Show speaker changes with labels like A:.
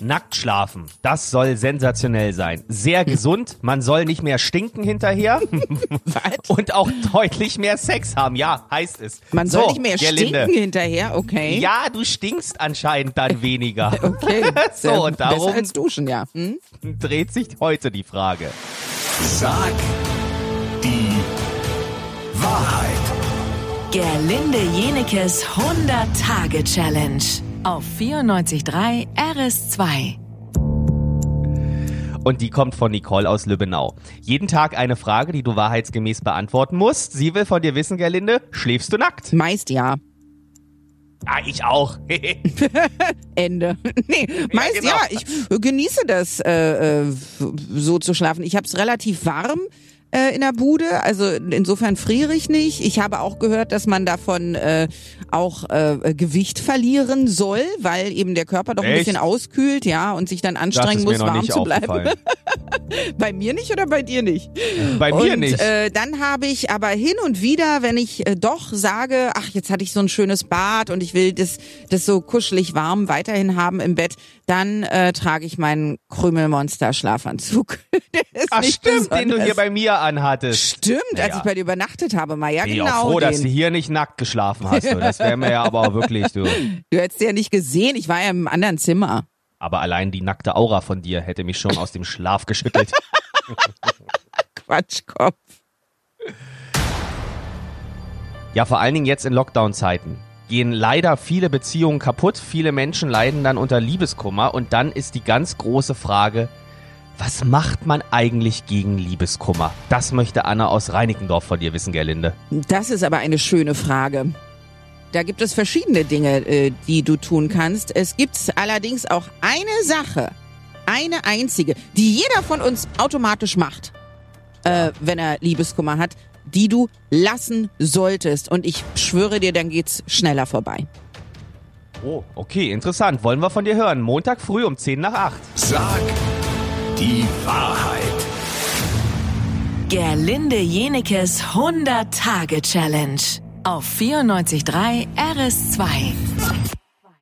A: Nackt schlafen. Das soll sensationell sein. Sehr gesund. Man soll nicht mehr stinken hinterher. und auch deutlich mehr Sex haben. Ja, heißt es.
B: Man
A: so,
B: soll nicht mehr stinken
A: Gerlinde.
B: hinterher, okay.
A: Ja, du stinkst anscheinend dann weniger.
B: Okay.
A: So,
B: Sehr-
A: und darum-
B: Besser als duschen, ja. Hm?
A: Dreht sich heute die Frage.
C: Sag die Wahrheit.
D: Gerlinde Jenekes 100-Tage-Challenge auf 94.3 RS2.
A: Und die kommt von Nicole aus Lübbenau. Jeden Tag eine Frage, die du wahrheitsgemäß beantworten musst. Sie will von dir wissen, Gerlinde, schläfst du nackt?
B: Meist ja.
A: Ah, ich auch.
B: Ende. nee, meist
A: genau.
B: ja. Ich genieße das, äh, äh, so zu schlafen. Ich habe es relativ warm äh, in der Bude, also insofern friere ich nicht. Ich habe auch gehört, dass man davon äh, auch äh, Gewicht verlieren soll, weil eben der Körper doch ein
A: Echt?
B: bisschen auskühlt, ja, und sich dann anstrengen muss, warm zu bleiben. Bei mir nicht oder bei dir nicht?
A: Bei mir
B: und,
A: nicht.
B: Äh, dann habe ich aber hin und wieder, wenn ich äh, doch sage, ach, jetzt hatte ich so ein schönes Bad und ich will das, das so kuschelig warm weiterhin haben im Bett, dann äh, trage ich meinen Krümelmonster-Schlafanzug. Der ist
A: Ach
B: nicht
A: stimmt, den du
B: besonders-
A: hier bei mir anhattest.
B: Stimmt, als
A: Ja.
B: ich bei dir übernachtet habe, Maya,
A: Bin ich
B: genau.
A: auch froh, dass du
B: den.
A: hier nicht nackt geschlafen hast. Du. Das wäre mir ja aber auch wirklich, du.
B: Du hättest ja nicht gesehen, ich war ja im anderen Zimmer.
A: Aber allein die nackte Aura von dir hätte mich schon aus dem Schlaf geschüttelt.
B: Quatschkopf.
A: Ja, vor allen Dingen jetzt in Lockdown-Zeiten gehen leider viele Beziehungen kaputt. Viele Menschen leiden dann unter Liebeskummer. Und dann ist die ganz große Frage, was macht man eigentlich gegen Liebeskummer? Das möchte Anna aus Reinickendorf von dir wissen, Gerlinde.
B: Das ist aber eine schöne Frage. Da gibt es verschiedene Dinge, äh, die du tun kannst. Es gibt allerdings auch eine Sache, eine einzige, die jeder von uns automatisch macht, äh, wenn er Liebeskummer hat, die du lassen solltest. Und ich schwöre dir, dann geht's schneller vorbei.
A: Oh, okay, interessant. Wollen wir von dir hören. Montag früh um 10 nach 8.
C: Sag die Wahrheit.
D: Gerlinde Jenekes 100-Tage-Challenge auf 94.3 RS2.